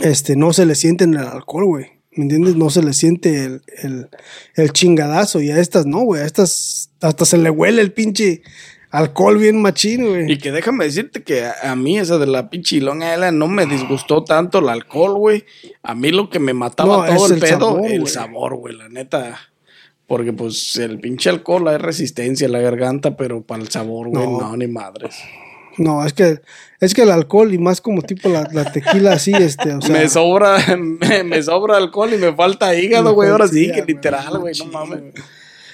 [SPEAKER 1] este, no se le siente en el alcohol, güey. ¿Me entiendes? No se le siente el, el, el chingadazo. Y a estas no, güey. A estas hasta se le huele el pinche alcohol bien machín,
[SPEAKER 3] Y
[SPEAKER 1] güey.
[SPEAKER 3] que déjame decirte que a, a mí esa de la pinche Long Island no me disgustó tanto el alcohol, güey. A mí lo que me mataba
[SPEAKER 1] No,
[SPEAKER 3] todo
[SPEAKER 1] es
[SPEAKER 3] el,
[SPEAKER 1] el
[SPEAKER 3] pedo,
[SPEAKER 1] sabor,
[SPEAKER 3] el
[SPEAKER 1] güey.
[SPEAKER 3] sabor, güey, la neta. Porque pues el pinche alcohol hay resistencia en la garganta, pero para el sabor, güey,
[SPEAKER 1] No.
[SPEAKER 3] no. ni madres.
[SPEAKER 1] No, es que, es que el alcohol y más como tipo la, la tequila así, este,
[SPEAKER 3] (laughs)
[SPEAKER 1] o sea.
[SPEAKER 3] me sobra, me, me sobra alcohol y me falta hígado, güey. Ahora sí,
[SPEAKER 1] Híjole,
[SPEAKER 3] que
[SPEAKER 1] güey,
[SPEAKER 3] literal, güey, no
[SPEAKER 1] machín,
[SPEAKER 3] mames.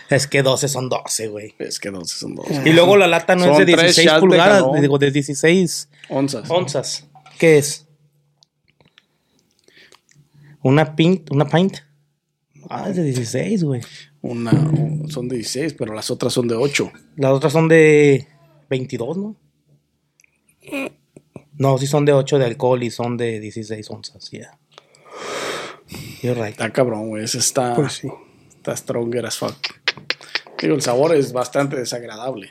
[SPEAKER 2] Es que 12 son 12, güey.
[SPEAKER 3] Es que 12 son 12.
[SPEAKER 1] Eh.
[SPEAKER 2] Y luego la lata no es
[SPEAKER 3] Son
[SPEAKER 2] de
[SPEAKER 3] tres
[SPEAKER 2] 16
[SPEAKER 3] shots de
[SPEAKER 2] pulgadas,
[SPEAKER 3] jalón.
[SPEAKER 2] digo, de 16
[SPEAKER 3] Onzas.
[SPEAKER 2] onzas. ¿Qué es? ¿Una pint? ¿Una pint? Ah, es de 16, güey.
[SPEAKER 3] Una, un- son 16, pero las otras son de 8.
[SPEAKER 2] Las otras son de 22, ¿no? No, sí son de 8 de alcohol y son de 16 onzas, yeah. You're right.
[SPEAKER 3] Está cabrón, güey. Esa está,
[SPEAKER 1] Pues sí.
[SPEAKER 3] está stronger as fuck. Digo, el sabor es bastante desagradable.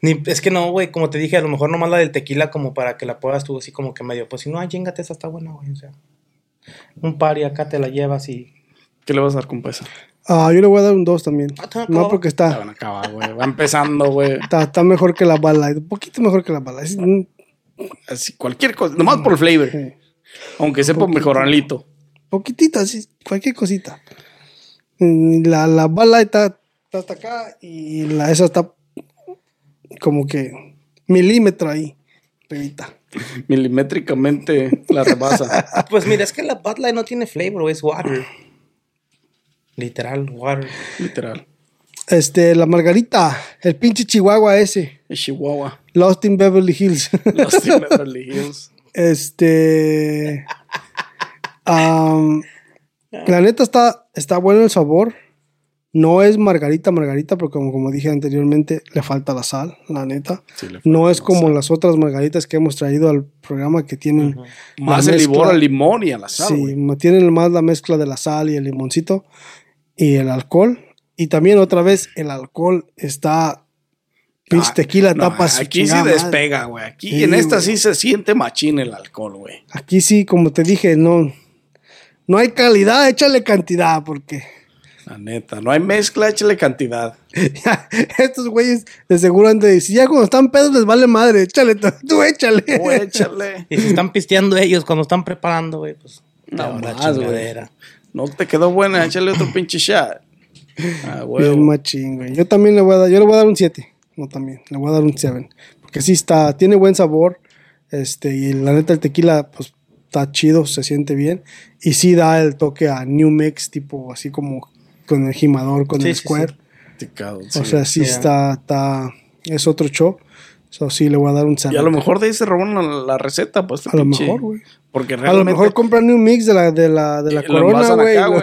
[SPEAKER 2] Ni- es que no, güey, como te dije, a lo mejor nomás la del tequila como para que la puedas tú así como que medio, pues si no, ay, chingate, esa está buena, güey, o sea. Un par y acá te la llevas y...
[SPEAKER 3] ¿Qué le vas a dar con pesa?
[SPEAKER 1] Ah, yo le voy a dar un 2 también.
[SPEAKER 2] Ah, está
[SPEAKER 1] No,
[SPEAKER 2] acabado.
[SPEAKER 1] porque
[SPEAKER 3] La
[SPEAKER 1] está,
[SPEAKER 3] van a acabar, güey. Va empezando, güey.
[SPEAKER 1] está, está mejor que la bala. Un poquito mejor que la bala. Es- mm,
[SPEAKER 3] Así, cualquier cosa. Nomás por el flavor.
[SPEAKER 1] Sí.
[SPEAKER 3] Aunque sepa mejoralito.
[SPEAKER 1] poquitito, así, cualquier cosita. Mm, La, la bala está, está hasta acá y la esa está como que milímetro ahí, pebita.
[SPEAKER 3] Milimétricamente la rebasa.
[SPEAKER 1] (laughs)
[SPEAKER 2] Ah, pues mira, es que la Bud Light no tiene flavor, güey, es water. Literal, water.
[SPEAKER 3] literal.
[SPEAKER 1] Este, la margarita, el pinche chihuahua ese, (laughs)
[SPEAKER 3] Es Chihuahua.
[SPEAKER 1] Lost in Beverly Hills. (laughs)
[SPEAKER 3] Los de Beverly Hills.
[SPEAKER 1] este, am, la neta está, está bueno el sabor. No es margarita, margarita, porque como, como dije anteriormente, le falta la sal, la neta.
[SPEAKER 3] Sí, le-
[SPEAKER 1] No es como las otras margaritas que hemos traído al programa que tienen la
[SPEAKER 3] Más el
[SPEAKER 1] mezcla-
[SPEAKER 3] limón, al limón y a la sal,
[SPEAKER 1] Sí,
[SPEAKER 3] güey.
[SPEAKER 1] ma- tienen más la mezcla de la sal y el limoncito y el alcohol. Y también otra vez el alcohol está... Pinche
[SPEAKER 3] Ah,
[SPEAKER 1] tequila
[SPEAKER 3] no,
[SPEAKER 1] tapa su
[SPEAKER 3] Aquí sí
[SPEAKER 1] chingada madre.
[SPEAKER 3] despega, güey. Aquí
[SPEAKER 1] Sí,
[SPEAKER 3] en esta
[SPEAKER 1] güey.
[SPEAKER 3] sí se siente machín el alcohol, güey.
[SPEAKER 1] Aquí sí, como te dije, no... No hay calidad, échale cantidad, porque... (laughs)
[SPEAKER 3] La neta. No hay mezcla, échale cantidad.
[SPEAKER 1] estos güeyes de seguro han de decir, ya cuando están pedos les vale madre, échale, (laughs) tú, tú échale.
[SPEAKER 3] Tú Oh, échale.
[SPEAKER 2] Y si están pisteando ellos cuando están preparando, güey, pues...
[SPEAKER 3] No
[SPEAKER 2] la
[SPEAKER 3] más, güey.
[SPEAKER 2] chingadera.
[SPEAKER 3] No te quedó buena, échale otro pinche (laughs) shot. Ah, güey.
[SPEAKER 1] Bien machín, güey. Yo también le voy a dar, yo le voy a dar un 7. No, también, le voy a dar un 7. Porque sí está, tiene buen sabor. Este, y la neta, el tequila, pues, está chido, se siente bien. Y sí da el toque a New Mix, tipo, así como con el gimador, con
[SPEAKER 2] Sí,
[SPEAKER 1] el
[SPEAKER 2] sí,
[SPEAKER 1] square.
[SPEAKER 3] Ticado,
[SPEAKER 1] O
[SPEAKER 3] sí.
[SPEAKER 1] sea, sí
[SPEAKER 2] Yeah.
[SPEAKER 1] está, está, es otro show. So, sí, le voy a dar un 7.
[SPEAKER 3] y a lo mejor de ahí se robaron la, la receta, pues. este
[SPEAKER 1] A lo
[SPEAKER 3] pinche-
[SPEAKER 1] mejor, güey.
[SPEAKER 3] Porque
[SPEAKER 1] A lo
[SPEAKER 3] realmente.
[SPEAKER 1] mejor compran New Mix de la, de la, de la
[SPEAKER 3] eh, lo
[SPEAKER 1] corona,
[SPEAKER 3] envasan
[SPEAKER 1] güey. (laughs)
[SPEAKER 3] acá, (laughs) güey.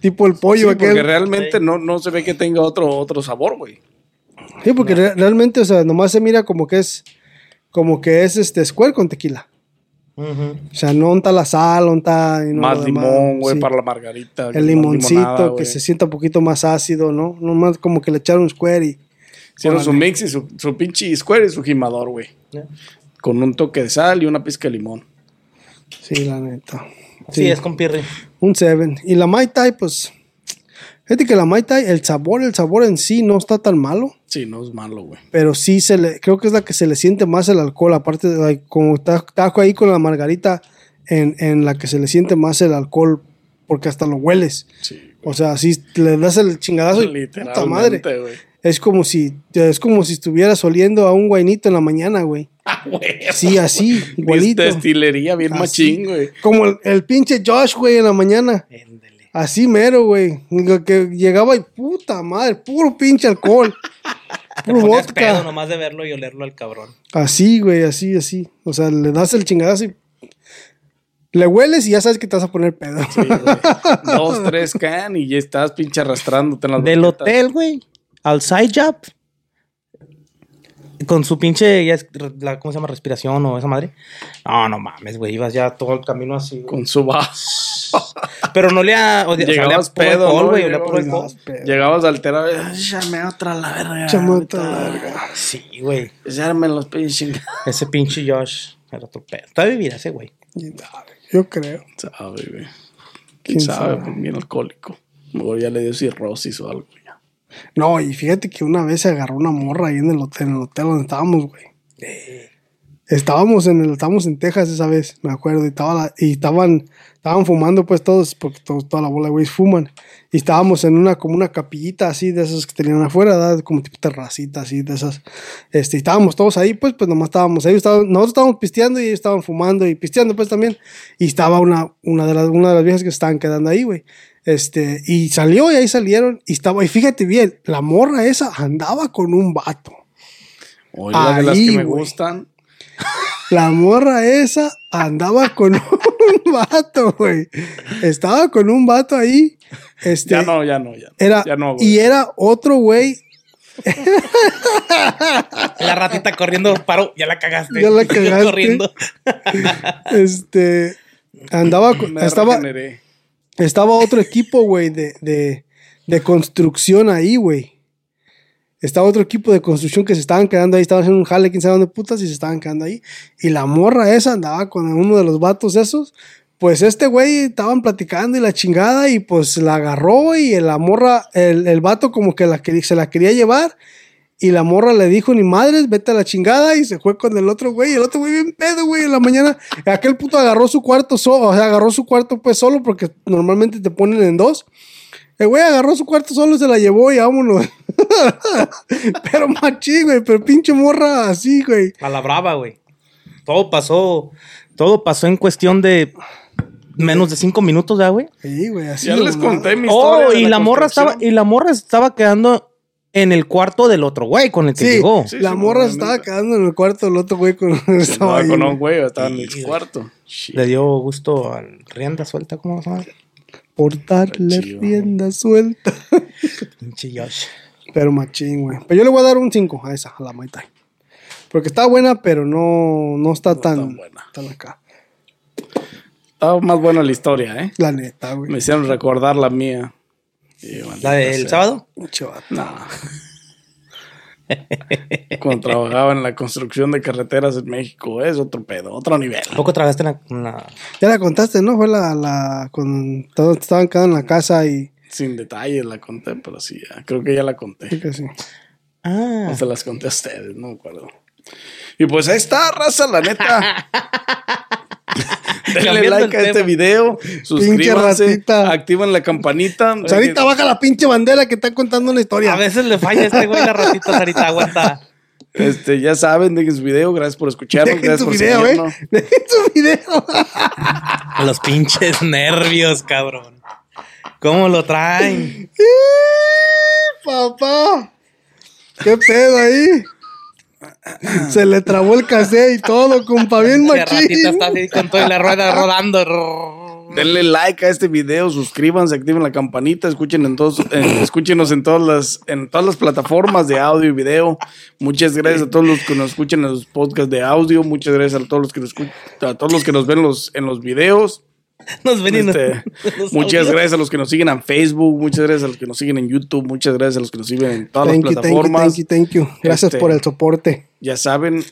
[SPEAKER 1] tipo el
[SPEAKER 3] Sí,
[SPEAKER 1] pollo aquel.
[SPEAKER 3] porque realmente no, no se ve que tenga otro, otro sabor, güey.
[SPEAKER 1] Sí, porque re- realmente, o sea, nomás se mira como que es, como que es este square con tequila.
[SPEAKER 2] Ujú.
[SPEAKER 1] O sea, no onta la sal, onta... y no
[SPEAKER 3] más
[SPEAKER 1] lo demás,
[SPEAKER 3] limón, güey,
[SPEAKER 1] sí.
[SPEAKER 3] para la margarita. más
[SPEAKER 1] El limoncito
[SPEAKER 3] limonada,
[SPEAKER 1] que
[SPEAKER 3] güey.
[SPEAKER 1] se sienta un poquito más ácido, ¿no? Nomás como que le echaron un square y...
[SPEAKER 3] Hicieron su mix y su, su pinche square y su gimador, güey.
[SPEAKER 2] Ya.
[SPEAKER 3] Con un toque de sal y una pizca de limón.
[SPEAKER 1] Sí, la neta.
[SPEAKER 2] Sí, es con Pirri.
[SPEAKER 1] Un 7. Y la Mai Tai, pues... Fíjate que la Mai Tai, el sabor, el sabor en sí no está tan malo.
[SPEAKER 3] Sí, no es malo, güey.
[SPEAKER 1] pero sí se le, creo que es la que se le siente más el alcohol, aparte de like, como está, está ahí con la margarita, en, en la que se le siente más el alcohol porque hasta lo hueles.
[SPEAKER 3] Sí.
[SPEAKER 1] O sea, si le das el chingadazo y puta madre.
[SPEAKER 3] Literalmente, güey.
[SPEAKER 1] Es como si es como si estuvieras oliendo a un guainito en la mañana, güey.
[SPEAKER 3] (laughs) Ah, güey.
[SPEAKER 1] Sí,
[SPEAKER 3] (laughs)
[SPEAKER 1] así, igualito.
[SPEAKER 3] Esta estilería bien
[SPEAKER 1] Así.
[SPEAKER 3] machín, güey.
[SPEAKER 1] Como el, el pinche Josh, güey, en la mañana. Así mero, güey. Digo, Que llegaba y puta madre, puro pinche
[SPEAKER 3] (laughs)
[SPEAKER 1] alcohol.
[SPEAKER 2] Te
[SPEAKER 1] puro
[SPEAKER 2] ponías pedo
[SPEAKER 1] vodka.
[SPEAKER 2] nomás de verlo y olerlo al cabrón.
[SPEAKER 1] Así, güey, así, así. O sea, le das el chingadazo y le hueles y ya sabes que te vas a poner pedo.
[SPEAKER 3] Sí,
[SPEAKER 1] (laughs)
[SPEAKER 3] güey. Dos, tres can y ya estás pinche arrastrándote en las
[SPEAKER 2] Del
[SPEAKER 3] banquetas.
[SPEAKER 2] hotel, güey, al side job. Con su pinche, ya es- la- ¿cómo se llama? Respiración o esa madre. No, no mames, güey. Ibas ya todo el camino así. güey.
[SPEAKER 3] Con su vaso.
[SPEAKER 1] (laughs)
[SPEAKER 2] (laughs) Pero no le ha. O sea,
[SPEAKER 3] Llegabas
[SPEAKER 2] olía puro
[SPEAKER 3] pedo,
[SPEAKER 2] alcohol,
[SPEAKER 3] ¿no?
[SPEAKER 2] güey. olía
[SPEAKER 3] Llegabas-
[SPEAKER 2] puro alcohol.
[SPEAKER 1] Más pedo.
[SPEAKER 3] Llegabas alterado. "Ay, Ya me otra la verga.
[SPEAKER 1] Chamota.
[SPEAKER 3] otra Ah, la verga.
[SPEAKER 2] Sí, güey.
[SPEAKER 3] Ya me los pinches. (laughs)
[SPEAKER 2] Ese pinche Josh era otro pedo. Está vivir ese güey.
[SPEAKER 1] Yo creo.
[SPEAKER 3] Sabe, güey. ¿Quién
[SPEAKER 1] ¿Quién
[SPEAKER 3] sabe?
[SPEAKER 1] sabe?
[SPEAKER 3] Pues bien alcohólico. A lo Mejor ya le dio cirrosis o algo. ya.
[SPEAKER 1] No, y fíjate que una vez se agarró una morra ahí en el hotel, en el hotel donde estábamos, güey. Estábamos en el, estábamos en Texas esa vez, me acuerdo, y, estaba la- y estaban, estaban fumando pues todos, porque todos- toda la bola de güeyes fuman. Y estábamos en una, como una capillita así de esas que tenían afuera, ¿verdad? como tipo terracita así de esas. Este, y estábamos todos ahí, pues, pues nomás estábamos ahí, estaban- nosotros estábamos pisteando y ellos estaban fumando y pisteando pues también. Y estaba una, una de las, una de las viejas que se estaban quedando ahí, güey. Este, y salió y ahí salieron y estaba, y fíjate bien, la morra esa andaba con un vato.
[SPEAKER 3] Oye, la de las
[SPEAKER 1] Ahí,
[SPEAKER 3] que me
[SPEAKER 1] güey.
[SPEAKER 3] gustan.
[SPEAKER 1] La morra esa andaba con (laughs) un vato, güey. Estaba con un vato ahí. Este,
[SPEAKER 3] Ya no, ya no, ya. no.
[SPEAKER 1] Era,
[SPEAKER 3] ya no,
[SPEAKER 1] y
[SPEAKER 3] güey.
[SPEAKER 1] era otro güey.
[SPEAKER 2] La ratita corriendo, paro, ya la cagaste.
[SPEAKER 1] Ya la cagaste.
[SPEAKER 2] (laughs) corriendo.
[SPEAKER 1] Este, andaba con,
[SPEAKER 3] Me
[SPEAKER 1] estaba,
[SPEAKER 3] regeneré.
[SPEAKER 1] Estaba otro equipo, güey, de, de- de construcción ahí, güey. Estaba otro equipo de construcción que se estaban quedando ahí, estaban haciendo un jale, quién sabe dónde putas, y se estaban quedando ahí. Y la morra esa andaba con uno de los vatos esos. Pues este güey estaban platicando y la chingada, y pues la agarró y la morra, el, el vato como que la, que- se la quería llevar. Y la morra le dijo, ni madres, vete a la chingada. Y se fue con el otro güey. Y el otro güey bien pedo, güey. En la mañana, aquel puto agarró su cuarto solo. O sea, agarró su cuarto pues solo porque normalmente te ponen en dos. El güey agarró su cuarto solo, se la llevó y vámonos. (laughs) pero machín, güey. Pero pinche morra así, güey.
[SPEAKER 2] A la brava, güey. Todo pasó. Todo pasó en cuestión de menos de cinco minutos, ya, güey.
[SPEAKER 1] Sí, güey, así.
[SPEAKER 3] Ya
[SPEAKER 1] de
[SPEAKER 3] les
[SPEAKER 1] volada.
[SPEAKER 3] conté mi historia.
[SPEAKER 2] Oh,
[SPEAKER 3] de
[SPEAKER 2] y la morra estaba,
[SPEAKER 3] construcción.
[SPEAKER 2] y la morra estaba quedando en el cuarto del otro güey con el que
[SPEAKER 1] Sí,
[SPEAKER 2] llegó.
[SPEAKER 3] sí,
[SPEAKER 1] la
[SPEAKER 3] sí,
[SPEAKER 1] morra
[SPEAKER 3] la
[SPEAKER 1] se estaba
[SPEAKER 3] neta.
[SPEAKER 1] quedando en el cuarto del otro güey con (laughs) estaba
[SPEAKER 3] Estaba
[SPEAKER 1] ahí,
[SPEAKER 3] con
[SPEAKER 1] güey.
[SPEAKER 3] un güey, estaba en el
[SPEAKER 2] Sí,
[SPEAKER 3] cuarto.
[SPEAKER 2] Le dio gusto a rienda suelta, ¿cómo se llama?
[SPEAKER 1] Portarle
[SPEAKER 3] Chido.
[SPEAKER 1] rienda suelta.
[SPEAKER 2] Pinche Josh.
[SPEAKER 1] Pero machín, güey. Pero yo le voy a dar un 5 a esa, a la Mai Tai. Porque está buena, pero no, no está tan,
[SPEAKER 3] tan buena.
[SPEAKER 1] tan acá.
[SPEAKER 3] Estaba más buena la historia, ¿eh?
[SPEAKER 1] La neta,
[SPEAKER 3] Me
[SPEAKER 1] güey.
[SPEAKER 3] hicieron recordar la mía. Y, maldita
[SPEAKER 2] ¿La del
[SPEAKER 3] sea.
[SPEAKER 2] sábado?
[SPEAKER 1] Pinche vato.
[SPEAKER 3] No. Cuando trabajaba en la construcción de carreteras en México, es otro pedo, otro nivel.
[SPEAKER 2] Poco trabajaste en la, en la-
[SPEAKER 1] Ya la contaste, ¿no? Fue la, la con todos estaban quedando en la casa y
[SPEAKER 3] Sin detalles la conté, pero sí, ya. creo que ya la
[SPEAKER 1] creo
[SPEAKER 3] conté.
[SPEAKER 1] que sí.
[SPEAKER 2] Ah.
[SPEAKER 3] No se las conté a ustedes, no me acuerdo. Y pues ahí está, raza,
[SPEAKER 2] (laughs)
[SPEAKER 3] la neta. Denle
[SPEAKER 2] Cambiando
[SPEAKER 3] like
[SPEAKER 2] el
[SPEAKER 3] a este
[SPEAKER 2] tema.
[SPEAKER 3] video, suscríbanse,
[SPEAKER 1] ratita.
[SPEAKER 3] activen la campanita.
[SPEAKER 1] O sea, ahorita baja la pinche bandera que está contando una historia.
[SPEAKER 2] A veces le falla a este güey la ratita, Sarita, aguanta.
[SPEAKER 3] Este, ya saben, dejen su video, gracias por escucharnos,
[SPEAKER 1] Dejen
[SPEAKER 3] gracias
[SPEAKER 1] tu
[SPEAKER 3] por
[SPEAKER 1] video, ¿eh? (laughs)
[SPEAKER 3] seguirnos.
[SPEAKER 1] Dejen tu video.
[SPEAKER 2] A los pinches nervios, cabrón. ¿Cómo lo traen?
[SPEAKER 1] Papá. ¿Qué pedo ahí? Se le trabó el cassette y todo, compa,
[SPEAKER 2] (laughs)
[SPEAKER 1] bien
[SPEAKER 2] La ratita
[SPEAKER 1] machín.
[SPEAKER 2] está así con toda la rueda rodando.
[SPEAKER 3] Denle like a este video, suscríbanse, activen la campanita, escuchen en todos,
[SPEAKER 1] (laughs)
[SPEAKER 3] en- escúchenos en todas las, en todas las plataformas de audio y video. Muchas gracias a todos los que nos escuchan en los podcasts de audio, muchas gracias a todos los que nos escuchan, a todos los que nos ven los, en los videos.
[SPEAKER 2] Nos ven y
[SPEAKER 1] (laughs)
[SPEAKER 2] nos-
[SPEAKER 3] Este,
[SPEAKER 2] (laughs) nos
[SPEAKER 3] muchas
[SPEAKER 2] audios.
[SPEAKER 3] gracias a los que nos siguen en Facebook, muchas gracias a los que nos siguen en YouTube, muchas gracias a los que nos siguen en todas
[SPEAKER 1] Thank you,
[SPEAKER 3] las
[SPEAKER 1] thank you,
[SPEAKER 3] plataformas.
[SPEAKER 1] thank you, thank you. Gracias
[SPEAKER 3] Este-
[SPEAKER 1] por el soporte.
[SPEAKER 3] Ya saben,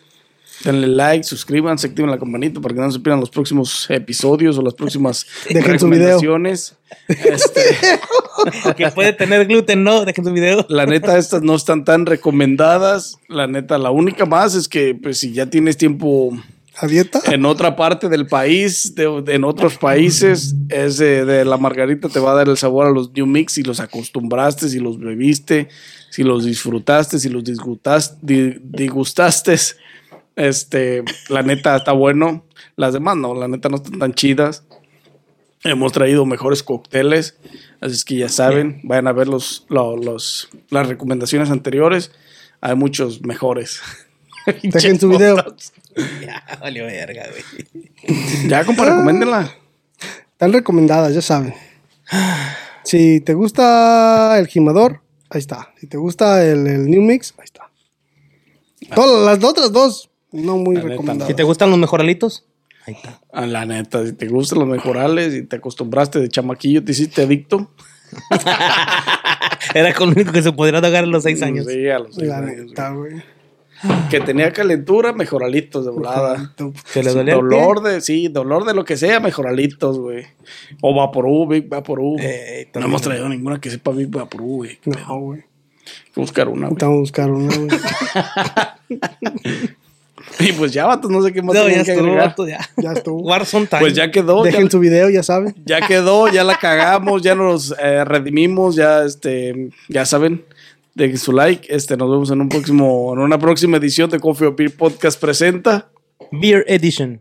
[SPEAKER 3] denle like, suscríbanse, activen la campanita para que no se pierdan los próximos episodios o las próximas
[SPEAKER 1] (laughs) Dejen su video.
[SPEAKER 3] recomendaciones. Este,
[SPEAKER 2] Que puede tener gluten, ¿no? Dejen tu
[SPEAKER 3] (laughs)
[SPEAKER 2] video.
[SPEAKER 3] la neta, estas no están tan recomendadas. La neta, la única más es que, pues, si ya tienes tiempo
[SPEAKER 1] ¿A dieta?
[SPEAKER 3] en otra parte del país, de- de- en otros países, es de, de la margarita te va a dar el sabor a los New Mix si los acostumbraste, si los bebiste, si los disfrutaste, si los disgustaste, disgustaste. Este, la neta está bueno. Las demás no, la neta no están tan chidas. Hemos traído mejores cócteles, así es que ya saben, vayan a ver los, lo- los- las recomendaciones anteriores. Hay muchos mejores. (laughs)
[SPEAKER 1] Dejen su video.
[SPEAKER 2] Ya, valió verga, güey.
[SPEAKER 3] Ya, compa, recomiéndenla.
[SPEAKER 1] Están recomendadas, ya saben. Si te gusta el gimador, ahí está. Si te gusta el, el New Mix, ahí está. Todas las otras dos, no muy
[SPEAKER 3] Ah. La neta,
[SPEAKER 1] recomendadas.
[SPEAKER 2] Si te gustan los mejoralitos, ahí está.
[SPEAKER 3] Ah, La neta, si te gustan los mejorales y te acostumbraste de chamaquillo, te hiciste adicto.
[SPEAKER 2] Era con lo único que se podría tocar a los seis años.
[SPEAKER 3] Sí, a los seis
[SPEAKER 1] La
[SPEAKER 3] años,
[SPEAKER 1] neta, güey.
[SPEAKER 3] güey. Que tenía calentura, mejoralitos de volada.
[SPEAKER 2] Que le dolía el pie.
[SPEAKER 3] Dolor de, sí, dolor de lo que sea, mejoralitos, güey. O Vaporú, Big Vaporú.
[SPEAKER 2] Eh,
[SPEAKER 3] no hemos traído ninguna que sepa Big Vaporú, güey. Hay
[SPEAKER 1] No, güey.
[SPEAKER 3] que buscar una, güey.
[SPEAKER 1] Ahorita vamos a buscar una, güey.
[SPEAKER 3] (laughs) Y pues ya, vatos, no sé qué más
[SPEAKER 2] No, ya
[SPEAKER 3] tenían que
[SPEAKER 2] estuvo,
[SPEAKER 3] agregar.
[SPEAKER 2] vato, ya.
[SPEAKER 1] Ya estuvo.
[SPEAKER 2] Warzone time.
[SPEAKER 3] Pues ya quedó. ya-
[SPEAKER 1] Dejen su video, ya saben.
[SPEAKER 3] ya quedó, ya la cagamos, ya nos eh, redimimos, ya este, ya saben, dejen su like, este, nos vemos en un próximo, en una próxima edición de Coffee or Beer Podcast presenta.
[SPEAKER 2] Beer Edition.